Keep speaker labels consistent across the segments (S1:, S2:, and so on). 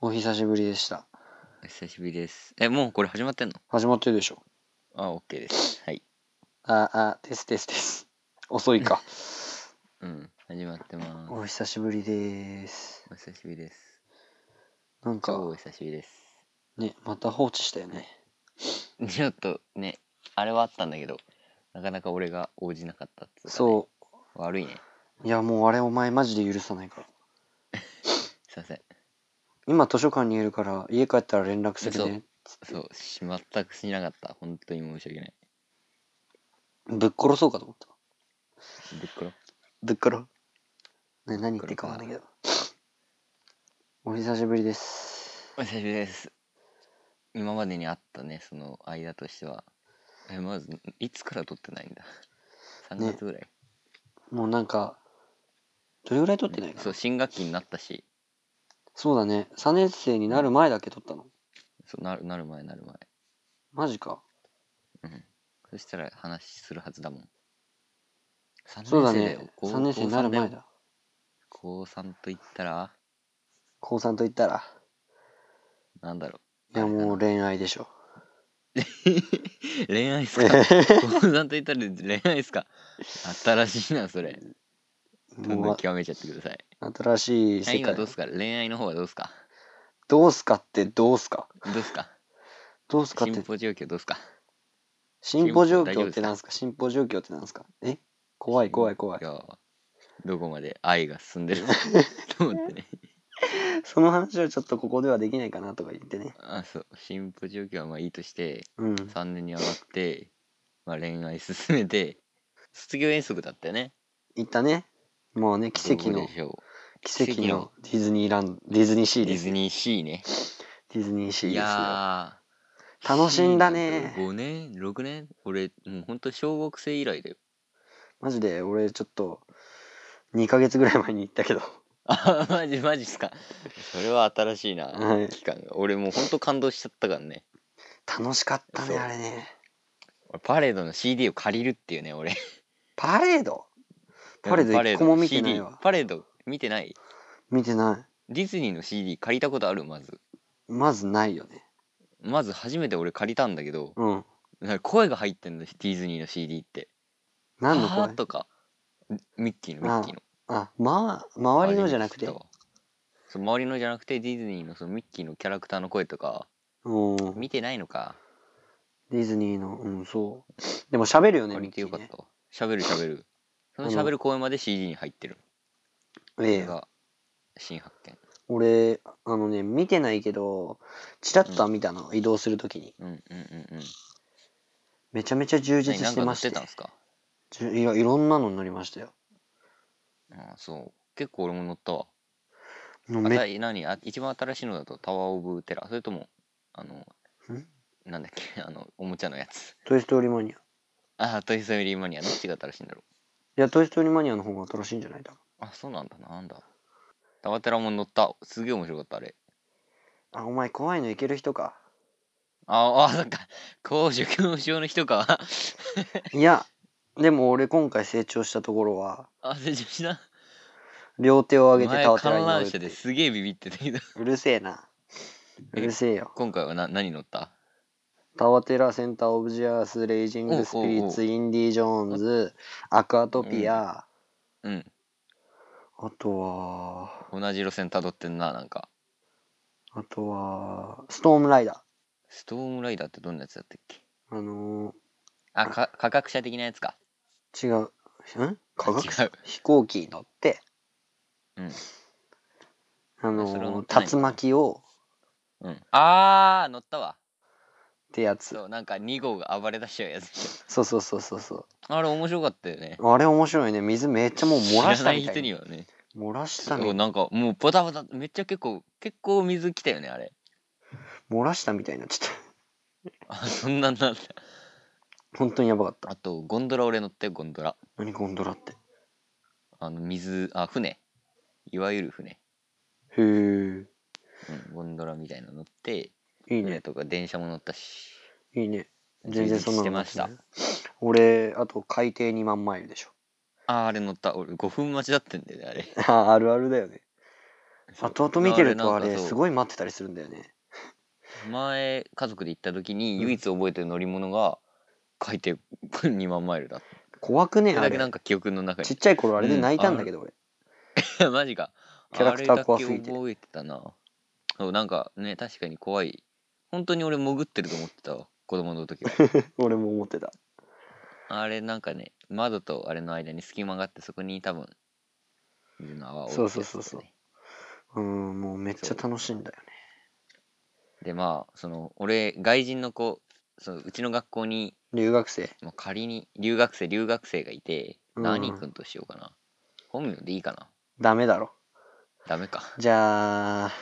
S1: お久しぶりでした。
S2: お久しぶりです。え、もうこれ始まってんの
S1: 始まってるでしょ。
S2: あ、OK です。はい。
S1: あ、あ、ですですです。 遅いか。
S2: うん、始まってます。
S1: お久しぶりです。
S2: お久しぶりです。
S1: なん
S2: 超
S1: か、
S2: お久しぶりです。
S1: ね、また放置したよね。
S2: ちょっとね、あれはあったんだけど、なかなか俺が応じなかったっつうかね
S1: そ
S2: 悪いね。
S1: う。いや、もうあれお前マジで許さないから。
S2: すいません。
S1: 今図書館にいるから、家帰ったら連絡するね。
S2: そう、し全くしなかった。本当に申し訳ない。
S1: ぶっ殺そうかと思った。
S2: ぶっころ。
S1: ぶっ殺。ね、何言ってるかわかんないけど。お久しぶりです。
S2: お久しぶりです。今までにあったね、その間としては。え、まず、いつから撮ってないんだ ?3
S1: ね
S2: 月ぐらい。
S1: もうなんか、どれぐらい撮ってないか
S2: そ
S1: な
S2: う、新学期になったし、
S1: そうだね。3年生になる前だけ撮ったの。
S2: そうなるなる前、なる前。
S1: マジか。
S2: うんそしたら話するはずだもん。3
S1: そうだね。3年生になる。
S2: 高
S1: 前
S2: 三よ
S1: だ。
S2: 高3と言ったら、
S1: 高3と言ったら、
S2: なんだろ
S1: いやもう恋愛でしょ。
S2: う。恋愛 っすか高3と言ったら恋愛っすか新しいな、それ。どん
S1: も
S2: どん
S1: う
S2: 極めちゃってください。
S1: 新しい
S2: はい
S1: 世
S2: 今
S1: 界
S2: どう。っすか恋愛の方はどうっすか
S1: どうすかってどうすか
S2: どうっすか
S1: どうすかっ
S2: 進
S1: て
S2: 歩状況どうっすか
S1: 進歩状
S2: 大丈
S1: 況
S2: 夫で
S1: っ
S2: す
S1: て
S2: か
S1: なんすか進歩状況ってなんすかえ怖い怖い怖い。
S2: やどこまで愛が進 んでると思ってね。
S1: その話はちょっとここではできないかなとか言ってね。
S2: あ、そう。進歩状況はまあいいとして、
S1: うん。
S2: 3年に上がって、まあ、恋愛進めて卒業遠足だったよね
S1: 言ったね。もうね、奇跡
S2: どう
S1: の
S2: で、しょ
S1: 奇跡
S2: 奇跡
S1: の
S2: の
S1: ディズニーランド、ディズニーシ
S2: う
S1: ー
S2: デ
S1: で
S2: ィ
S1: す。デ
S2: ズニーシーね
S1: ィズニーシー
S2: い
S1: ですよ。
S2: やー
S1: 楽しんだね
S2: 5年6年俺もうほんと小学生以来だよ
S1: マジで、俺ちょっと、2ヶ月ぐらい前に行ったけど。
S2: あマジマジっすかそれは新しいな
S1: はい
S2: 期間が俺もうほんと感動しちゃったからね
S1: 楽しかった
S2: そう
S1: ね、あれね。
S2: 俺パレードの CD を借りるっていうね俺
S1: パレード パレード一個も見てないわ
S2: CD パレード見てない
S1: 見てない。
S2: ディズニーの CD 借りたことあるまず
S1: まずないよね。
S2: まず初めて俺借りたんだけど
S1: うん。
S2: なんか声が入ってんのディズニーの CD って
S1: 何の
S2: はー
S1: 声
S2: とかミッキーのミ
S1: あ
S2: ッキーの
S1: あ、まあ、周りのじゃなくて
S2: あれ。も知ったわそう周りのじゃなくてディズニーのそのミッキーのキャラクターの声とか
S1: うん。デ
S2: 見てないのか
S1: ィズニーの、うん、そう。でも喋るよね、見
S2: 借りて
S1: て
S2: よ
S1: よ
S2: か
S1: か
S2: っ
S1: った
S2: わ喋る喋るその
S1: あの
S2: 喋る声まで CD に入ってる
S1: た。
S2: そ
S1: え
S2: れ
S1: え。
S2: が新発見
S1: 俺、あのね、見てないけど、チラッとは見たの、移動するときに。
S2: うんうんうんうん
S1: めちゃめちゃ充実
S2: 何な
S1: して
S2: んか乗
S1: ま
S2: っ
S1: してて
S2: たんすか
S1: じゅいろいろんなの乗りましたよ。
S2: あそう結構俺も乗ったわ
S1: もう
S2: あ
S1: め
S2: たい何あ一番新しいのだとタワー・オブ・テラーそれともあのなんだっけあのおもちゃのやつ
S1: トイ・ストーリーマニア。い
S2: ああトイ・ストーリーマニアどっちが新しいんだろう
S1: や、トイ・ストーリーマニアの方が新しいんじゃないだ
S2: あ、そうなんだ、なんだ。タワテラも乗った。すげえ面白かった、あれ。
S1: あ、お前怖いのいける人か。
S2: ああ、そっか。高所恐怖症の人か。
S1: いや、でも俺今回成長したところは、
S2: あ、成長した。
S1: 両手を上げて
S2: 前
S1: 倒てら
S2: 観
S1: に乗る
S2: 覧
S1: って
S2: 車
S1: いう
S2: ですげえビビってたけど。
S1: うるせえな。う
S2: え
S1: るせえよ。
S2: 今回はな何乗った
S1: タワテラセンターオブジアース、レイジン
S2: おうおうお
S1: グ
S2: う
S1: スピリッツ、インディ・ジョーンズ、アクアトピア、
S2: うん。
S1: あとは、
S2: 同じ路線辿ってんな、なんか。
S1: あとは、ストームライダ
S2: ストームライダーってどんなやつだったっけ
S1: ー。あの
S2: あ、か科学者的なやつか。
S1: ー、違う。ん科学
S2: 違う。
S1: 飛行機に乗って、
S2: うん。
S1: あ
S2: それは乗
S1: の
S2: ってな
S1: ー、
S2: いの
S1: 竜巻を、
S2: うん、あー、乗ったわ。
S1: ってやつ。
S2: そう、なんか2号が暴れ出しちゃうやつでし
S1: そうそうそうそうそ
S2: ょ。あれ面白かったよね。
S1: う。あれ面白いね。水めっちゃもう漏らしたみ
S2: 知
S1: た
S2: らない人
S1: い
S2: に
S1: に。
S2: はね。
S1: 漏らし
S2: そ
S1: たみ
S2: う、なんかもうボタボタ、めっちゃ結構、結構水来たよね、あれ。
S1: 漏らしたみたいになっちゃっ
S2: あそんなんなんだ
S1: た。本当にやばかった。
S2: あとゴンドラ俺乗ってゴンドラ
S1: 何ゴンドラって。
S2: あの水あ船いわゆる船、
S1: へえ。
S2: うん、ゴンドラみたいなの乗って
S1: いい
S2: 船
S1: ね。
S2: とか電車も乗ったし
S1: いいね。全然そんなのなかったね
S2: 充実
S1: 俺、あと海底2万マイルでしょ。
S2: あーあれ乗った俺5分待ちだってんだよねあれ
S1: ああるあるだよね。後々見てるとあ
S2: あれな
S1: れ
S2: んかそう
S1: すごい待ってたりするんだよね
S2: 前家族で行った時
S1: うん
S2: に唯一覚えてる乗り物が海 底2万マイルだった
S1: 怖くね
S2: それ
S1: あ
S2: だけな
S1: れ
S2: んか記憶の中に
S1: ちっちゃい頃あれで泣いたんだけど俺
S2: マジか
S1: キャラクター怖すぎて
S2: あれだけ覚えてたなそうなんかね確かに怖い本当に俺潜ってると思ってたわ子供の 時は
S1: 俺も思ってた
S2: あれなんかね窓とあれの間に隙間があってそこに多分水の泡を
S1: そうそうそうそううんもうめっちゃ楽しいんだよね
S2: でまあその俺外人の子そのうちの学校に、
S1: 留学生
S2: まあ、仮に留学生留学生がいて
S1: うん
S2: 何君としようかな本名でいいかな
S1: ダメだろ
S2: ダメか
S1: じゃあ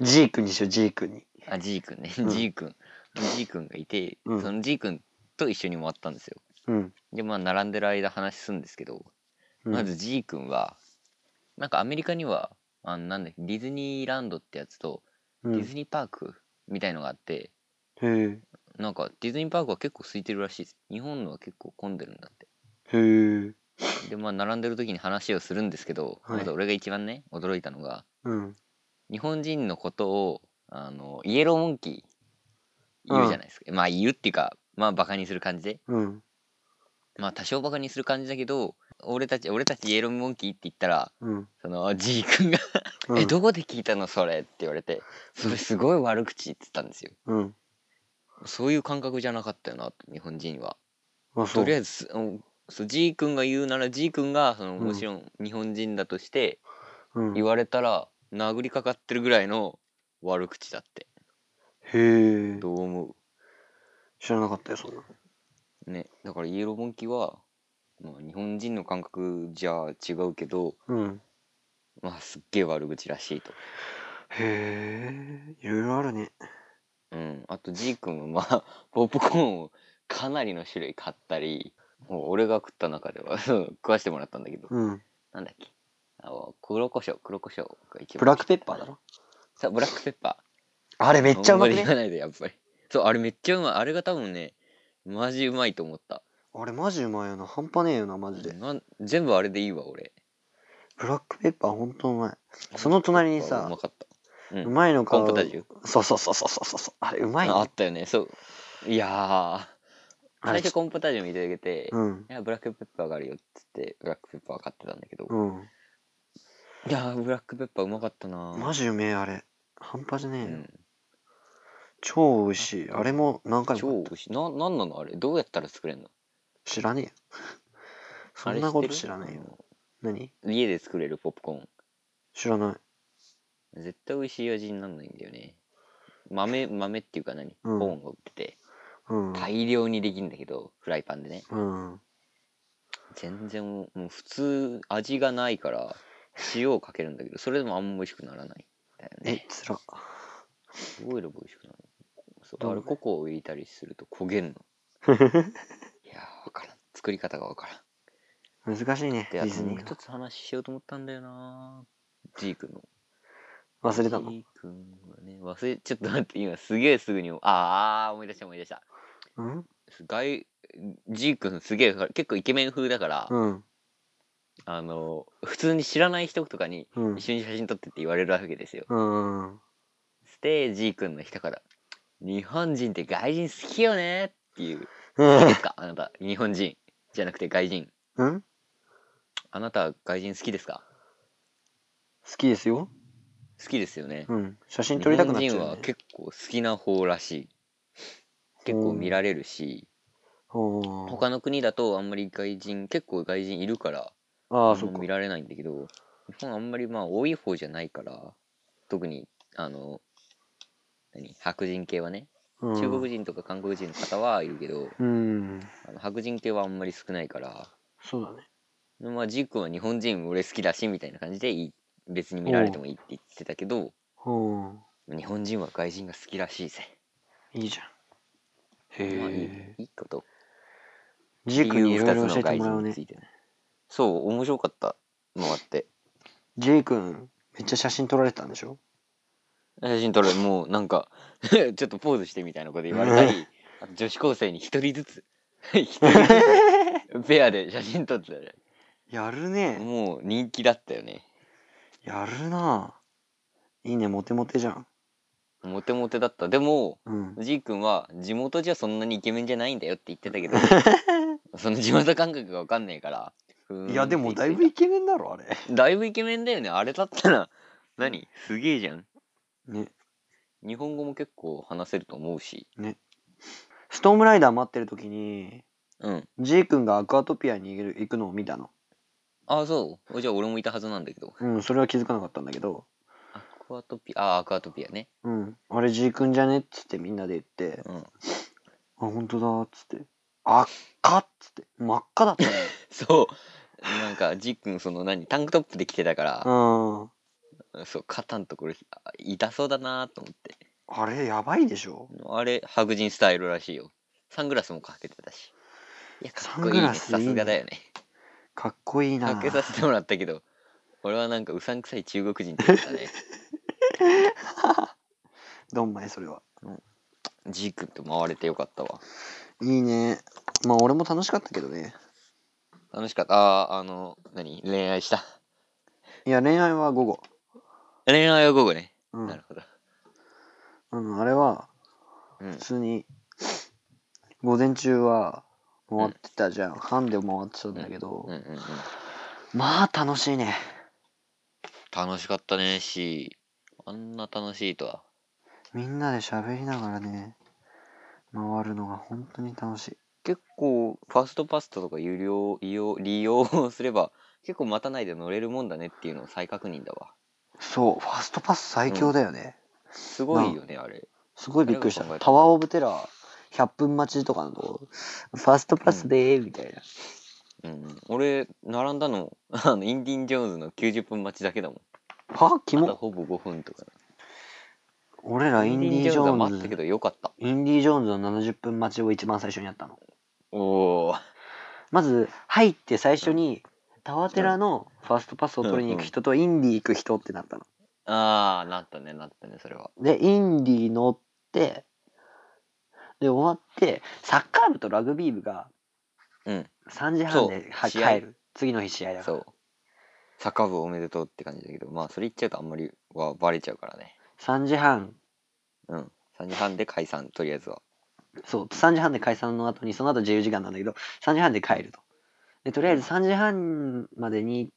S1: ジークにしようジークに
S2: あ G 君ね、
S1: うん
S2: G 君 G 君がいて、
S1: うん
S2: その G 君と一緒に回ったんですよ
S1: うん、
S2: でまあ並んでる間話すんですけど、
S1: うん、
S2: まず G 君はなんかアメリカにはあのなんだっけディズニーランドってやつと
S1: う
S2: デ
S1: ん
S2: ィズニーパークみたいのがあって、
S1: へ
S2: なんかディズニーパークは結構空いてるらしいです日本のは結構混んでるんだって
S1: えへえ
S2: でまあ並んでる時に話をするんですけど、
S1: はい
S2: まず俺が一番ね驚いたのが
S1: うん
S2: 日本人のことをあのイエローモンキー言うじゃないですか、まあ言うっていうかまあバカにする感じで
S1: うん
S2: まあ多少バカにする感じだけど俺たち俺たちイエローモンキーって言ったら
S1: うん
S2: その G 君が
S1: うん
S2: えどこで聞いたのそれって言われてそれすごい悪口言ってたんですよ
S1: うん
S2: そういう感覚じゃなかったよなって日本人は
S1: あそ
S2: と
S1: う
S2: りあえずすうんそう G 君が言うなら G 君がその
S1: うん
S2: もちろん日本人だとして
S1: うん、
S2: 言われたら殴りかかってるぐらいの悪口だって
S1: へえ
S2: どう思
S1: 知らなかったよそんな
S2: うねだからイエローモンキーは、まあ、日本人の感覚じゃ違うけど
S1: うん
S2: まあすっげえ悪口らしいと
S1: へえいろいろあるね
S2: うん、あと G 君はまあ ポップコーンをかなりの種類買ったりもう俺が食った中では そう食わしてもらったんだけど
S1: うん
S2: なんだっけあの黒胡椒黒胡椒が一番
S1: ブラックペッパーだろ
S2: そうブラックペッパ
S1: あれめ
S2: ー
S1: っちゃうまく
S2: あんまり言わ
S1: ね
S2: ないでやっぱりそうあれめっちゃうまいあれが多分ねマジうまいと思った
S1: あれマジうまいよな半端ねえよなマジで
S2: なん全部あれでいいわ俺
S1: ブラックペッパーほんとうまいその隣に
S2: う
S1: さ
S2: まかったうん
S1: うまいのか
S2: コーンポタージュ
S1: そうそうそうそうそうそうあれうまい
S2: ああ
S1: ね
S2: ったよねそういやー
S1: あ
S2: 最
S1: れ
S2: 初コーンポタージュ見てあげて、い
S1: うん
S2: やブラックペッパーがあるよっつってブラックペッパー買ってたんだけど、
S1: うん
S2: いやーブラックペッパーうまかったなー
S1: マジうめえあれ半端じゃね
S2: う
S1: えよ
S2: ん、
S1: 超美味しいあれも何回も
S2: 超
S1: 買っ
S2: 美味しいななんなのあれどうやったら作れんの
S1: た知らねえよそんなこと知らないよ何
S2: あの家で作れるポップコ
S1: 知らない
S2: ーン絶対美味しい味になんないんだよね豆豆っていうか何、
S1: うん
S2: コーンが売ってて
S1: うん
S2: 大量にできるんだけど、フライパンでね
S1: うん
S2: 全然もうもう普通味がないから塩をかけるんだけどそれでもあんま美味しくならないんだよ
S1: え
S2: ね
S1: つら
S2: どうやれば美味しくなるのそ
S1: ど
S2: う
S1: う
S2: あれココを入れたりすると 焦げんのいやーわからん作り方がわからん
S1: 難しいね
S2: で
S1: デ
S2: あ
S1: ィ
S2: と
S1: ズ
S2: もう
S1: ニー
S2: 一
S1: が
S2: つ話しようと思ったんだよなジー君の
S1: 忘れたの
S2: ジー君がね忘れちょっと待って今すげえすぐにあーあー思い出した思い出した
S1: うん
S2: 外ジー君すげえ結構イケメン風だから、
S1: うん
S2: あの普通に知らない人とかに
S1: うん
S2: 一緒に写真撮ってって言われるわけですよ、
S1: うん
S2: ステージー君の人から「日本人って外人好きよね」っていう
S1: うん
S2: ですかあなた日本人じゃなくて外人
S1: うん
S2: あなた外人好きですか
S1: 好きですよ。
S2: 好きですよね
S1: うん。写真撮りたくなっちゃうよ
S2: 日本人は
S1: ね。
S2: 結構好きな方らしい結構見られるし、
S1: ほう
S2: 他の国だとあんまり外人結構外人いるから
S1: ああ、
S2: ん
S1: そ
S2: ま
S1: っか
S2: 見。られないんだけど日本あんまりまあ多い方じゃないから特にあの何白人系はね
S1: 中
S2: 中国人とか韓国人の方はいるけど、
S1: うん。
S2: あの白人系はあんまり少ないから、
S1: そうだね。
S2: まあ、ジー君は日本人俺好きだしみたいな感じでいい別に見られてもいいって言ってたけど
S1: ほう。
S2: 日本人は外人が好きらしいぜ。
S1: いいじゃん。
S2: まあいい
S1: へえ。
S2: いいこと
S1: ジークにいろいろ教えてもらうね。
S2: いてそう面白かったのがあって
S1: ジー君、めっちゃ写真撮られてたんでしょ
S2: 写真撮るもうなんか ちょっとポーズしてみたいなこと言われたりあと女子高生に一人ずつ 一人ず つペアで写真撮ってたね
S1: やるね。
S2: もう人気だったよね
S1: やるなぁいいねモテモテじゃん
S2: モテモテだったでも
S1: うん
S2: ジー君は地元じゃそんなにイケメンじゃないんだよって言って たけどその地元感覚が分かんないからふーん
S1: いやでも
S2: って言
S1: だ
S2: っ
S1: い
S2: てた
S1: ぶイケメンだろあれ
S2: だいぶイケメンだよねあれだったら何すげえじゃん
S1: ね
S2: 日本語も結構話せると思うし
S1: ストームライダー待ってる時に
S2: うん
S1: ジー君がアクアトピアに行ける行くのを見たの
S2: ああそうじゃあ俺もいたはずなんだけど
S1: うんそれは気づかなかったんだけど
S2: アクアトピアあーアクアトピアね
S1: うんあれジー君じゃねっつってみんなで言って
S2: うん
S1: あ本当だっつってあっかっつって真っ赤だ ったね
S2: そうなんかジー君その何タンクトップで来てたから
S1: うん
S2: そう肩のところあ痛そうだなーと思って
S1: あれやばいでしょ
S2: あれ白人スタイルらしいよサングラスもかけてたしいやかっ
S1: サン
S2: こいい
S1: グ
S2: ね
S1: ラスいい
S2: さ
S1: ね
S2: すがだよね
S1: かっこいいな
S2: かけさせてもらったけど俺はなんかうさんくさい中国人って言ってた ね
S1: どんまいそれは
S2: ジー君と回れてよかったわ
S1: いいねまあ俺も楽しかったけどね
S2: 楽しかったあーあの何恋愛した
S1: いや恋愛は午後
S2: 恋愛は午後ね、
S1: うん
S2: なるほど
S1: うん、あれは
S2: うん
S1: 普通に午前中は回ってたじゃん、班で回ってたんだけど、
S2: うんうんうん
S1: まあ楽しいね
S2: 楽しかったねしあんな楽しいとは
S1: みんなで喋りながらね回るのが本当に楽しい
S2: 結構ファーストパスタとか有料利用利用すれば結構待たないで乗れるもんだねっていうのを再確認だわ
S1: そうファーストパス最強だよね、
S2: すごいよねあれ
S1: すごいびっくりした
S2: 誰が考えた
S1: タワーオブテラー100分待ちとかのとこファーストパスでーみたいな、
S2: うん俺並んだの あのインディン・ジョーンズの90分待ちだけだもん
S1: はキ
S2: まだ
S1: モ
S2: ほぼ5分とか
S1: 俺らインディ・ージョ
S2: が
S1: ー
S2: 待
S1: ン
S2: った
S1: ズ
S2: けどよかった
S1: インディ・ージョーンズの70分待ちを一番最初にやったの
S2: おお
S1: まず入って最初にタワテラのファーストパスを取りに行く人とインディ行く人ってなったの。
S2: ああなったねなったねそれは
S1: でインディ乗ってで終わってサッカー部とラグビー部が
S2: うん
S1: 3時半では
S2: そう試合
S1: 帰る次の日試合だか
S2: そ
S1: ら
S2: うサッカー部おめでとうって感じだけどまあそれ言っちゃうとあんまりはバレちゃうからね
S1: 3時半
S2: うん3時半で解散とりあえずは
S1: そう3時半で解散の後にその後自由時間なんだけど3時半で帰るとでとりあえず3時半までに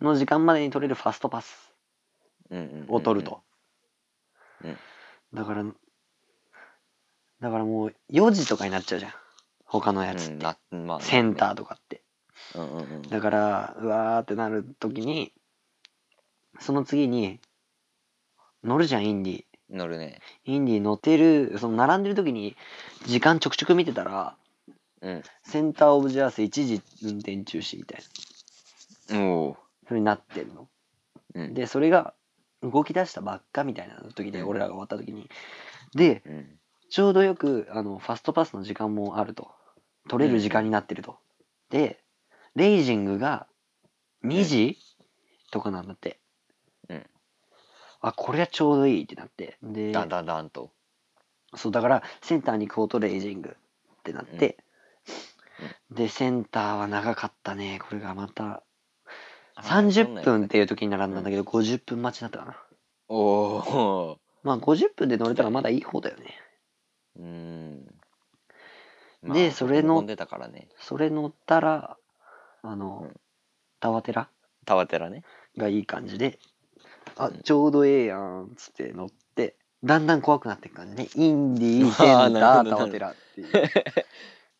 S1: の時間までに取れるファストパス
S2: うんうんうんうん
S1: を取ると、
S2: うん
S1: だからだからもう4時とかになっちゃうじゃん他のやつ、
S2: うんなまあ
S1: センター
S2: と
S1: とかって
S2: うんうんうん
S1: だからうわーってなる時にその次に乗るじゃんインディ
S2: 乗るね
S1: インディ乗ってるその並んでる時に時間ちょくちょく見てたら
S2: うん
S1: センターオブジェアス一時運転中止みたいな
S2: おお
S1: 風になってるの
S2: うん
S1: でそれが動き出したばっかみたいな時で
S2: うん
S1: 俺らが終わった時にで
S2: うん
S1: ちょうどよくあのファストパスの時間もあると取れる時間になってると、でレイジングが2時、とかなんだって、
S2: うん
S1: あこれはちょうどいいってなってで
S2: だんだんだんと
S1: そうだからセンターに行こうとレイジングってなって、でセンターは長かったねこれがまた30分っていう時に並んだんだけど、50分待ちだったかな
S2: おお
S1: まあ50分で乗れたらまだいい方だよね
S2: ーうん
S1: でそれの
S2: 混んでたからね
S1: それ乗ったらあの、
S2: うん
S1: タワテラ
S2: タワテラね
S1: がいい感じで、あ
S2: うん
S1: ちょうどええやんっつって乗ってだんだん怖くなっていく感じねインディーセ
S2: あー
S1: ンター
S2: なる
S1: タ
S2: ほど
S1: ワテラって い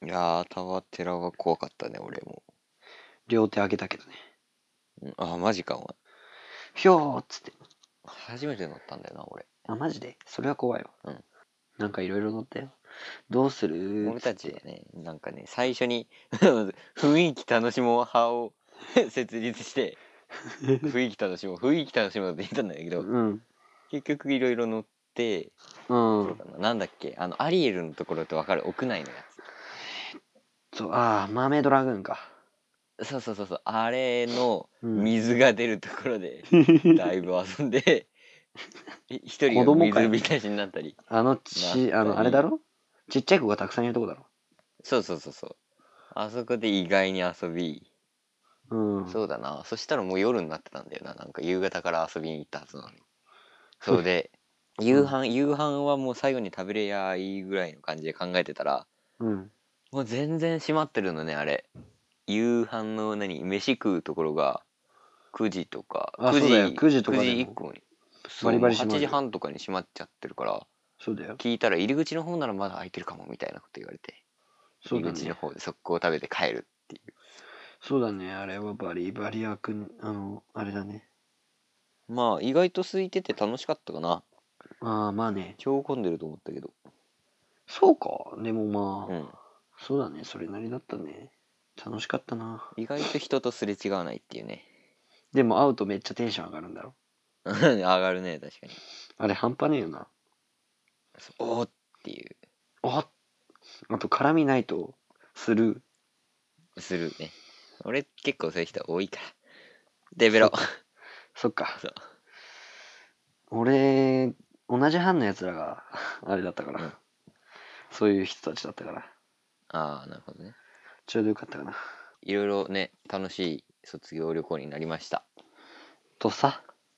S1: う
S2: いやータワテラは怖かったね俺も
S1: 両手上げたけどね
S2: うんあーマジかお前
S1: ひょーっつって
S2: 初めて乗ったんだよな俺
S1: あマジでそれは怖いわ、
S2: うん
S1: なんかいろいろ乗ったよどうする
S2: 俺たち
S1: っつっ
S2: は
S1: て
S2: ねなんかね最初に 雰囲気楽しもう派を 設立 して雰囲気楽しもう雰囲気楽しもうって言ったんだけど
S1: うん
S2: 結局いろいろ乗って
S1: うん
S2: なんだっけあのアリエルのところってわかる屋内のや
S1: そうああマーメイドラグーンか
S2: つそうそうそうそうあれの
S1: うん
S2: 水が出るとこ ろでだいぶ遊んで一人
S1: 子
S2: が
S1: 供か
S2: 水
S1: よ
S2: 浸しになったり
S1: あの
S2: なったり
S1: ちあのあれだろちっちゃい子がたくさんいるとこだろ
S2: そうそうそうそうあそこで意外に遊び
S1: うん。
S2: そうだなそしたらもう夜になってたんだよななんか夕方から遊びに行ったはずな のにそうで夕飯夕飯はもう最後に食べれやいいぐらいの感じで考えてたら
S1: うん。
S2: もう全然閉まってるのねあれ夕飯の何飯食うところが9時とか
S1: あそうだよ
S2: 9
S1: 9
S2: 時
S1: 時とかでも
S2: 9時以降にそう
S1: バリバリ閉まる
S2: 8時半とかに閉まっちゃってるから
S1: そうだよ。
S2: 聞いたら入り口の方ならまだ空いてるかもみたいなこと言われて
S1: そう
S2: 入
S1: だ
S2: り口の
S1: ね。
S2: 方で速攻食べて帰るっていう
S1: そうだね。あれはバリバリアくん、あの、あれだね。
S2: まあ意外と空いてて楽しかったかな
S1: ああ、まあね。
S2: 超混んでると思ったけど
S1: そうか。でもまあ、
S2: うん
S1: そうだね。それなりだったね。楽しかったな。
S2: 意外と人とすれ違わないっていうね
S1: でも会うとめっちゃテンション上がるんだろ。
S2: 上がるね確かに
S1: あれ半端ねえよな。
S2: そうおーってい
S1: ああと絡みないとする。
S2: うするね俺結構そういう人多いからデベロ
S1: そっか。
S2: そう
S1: 俺、同じ班のやつらが、あれだったから、
S2: うん
S1: そういう人たちだったから、
S2: ああなるほどね
S1: ちょうどよかったかな。
S2: いろいろね楽しい卒業旅行になりました
S1: とさ、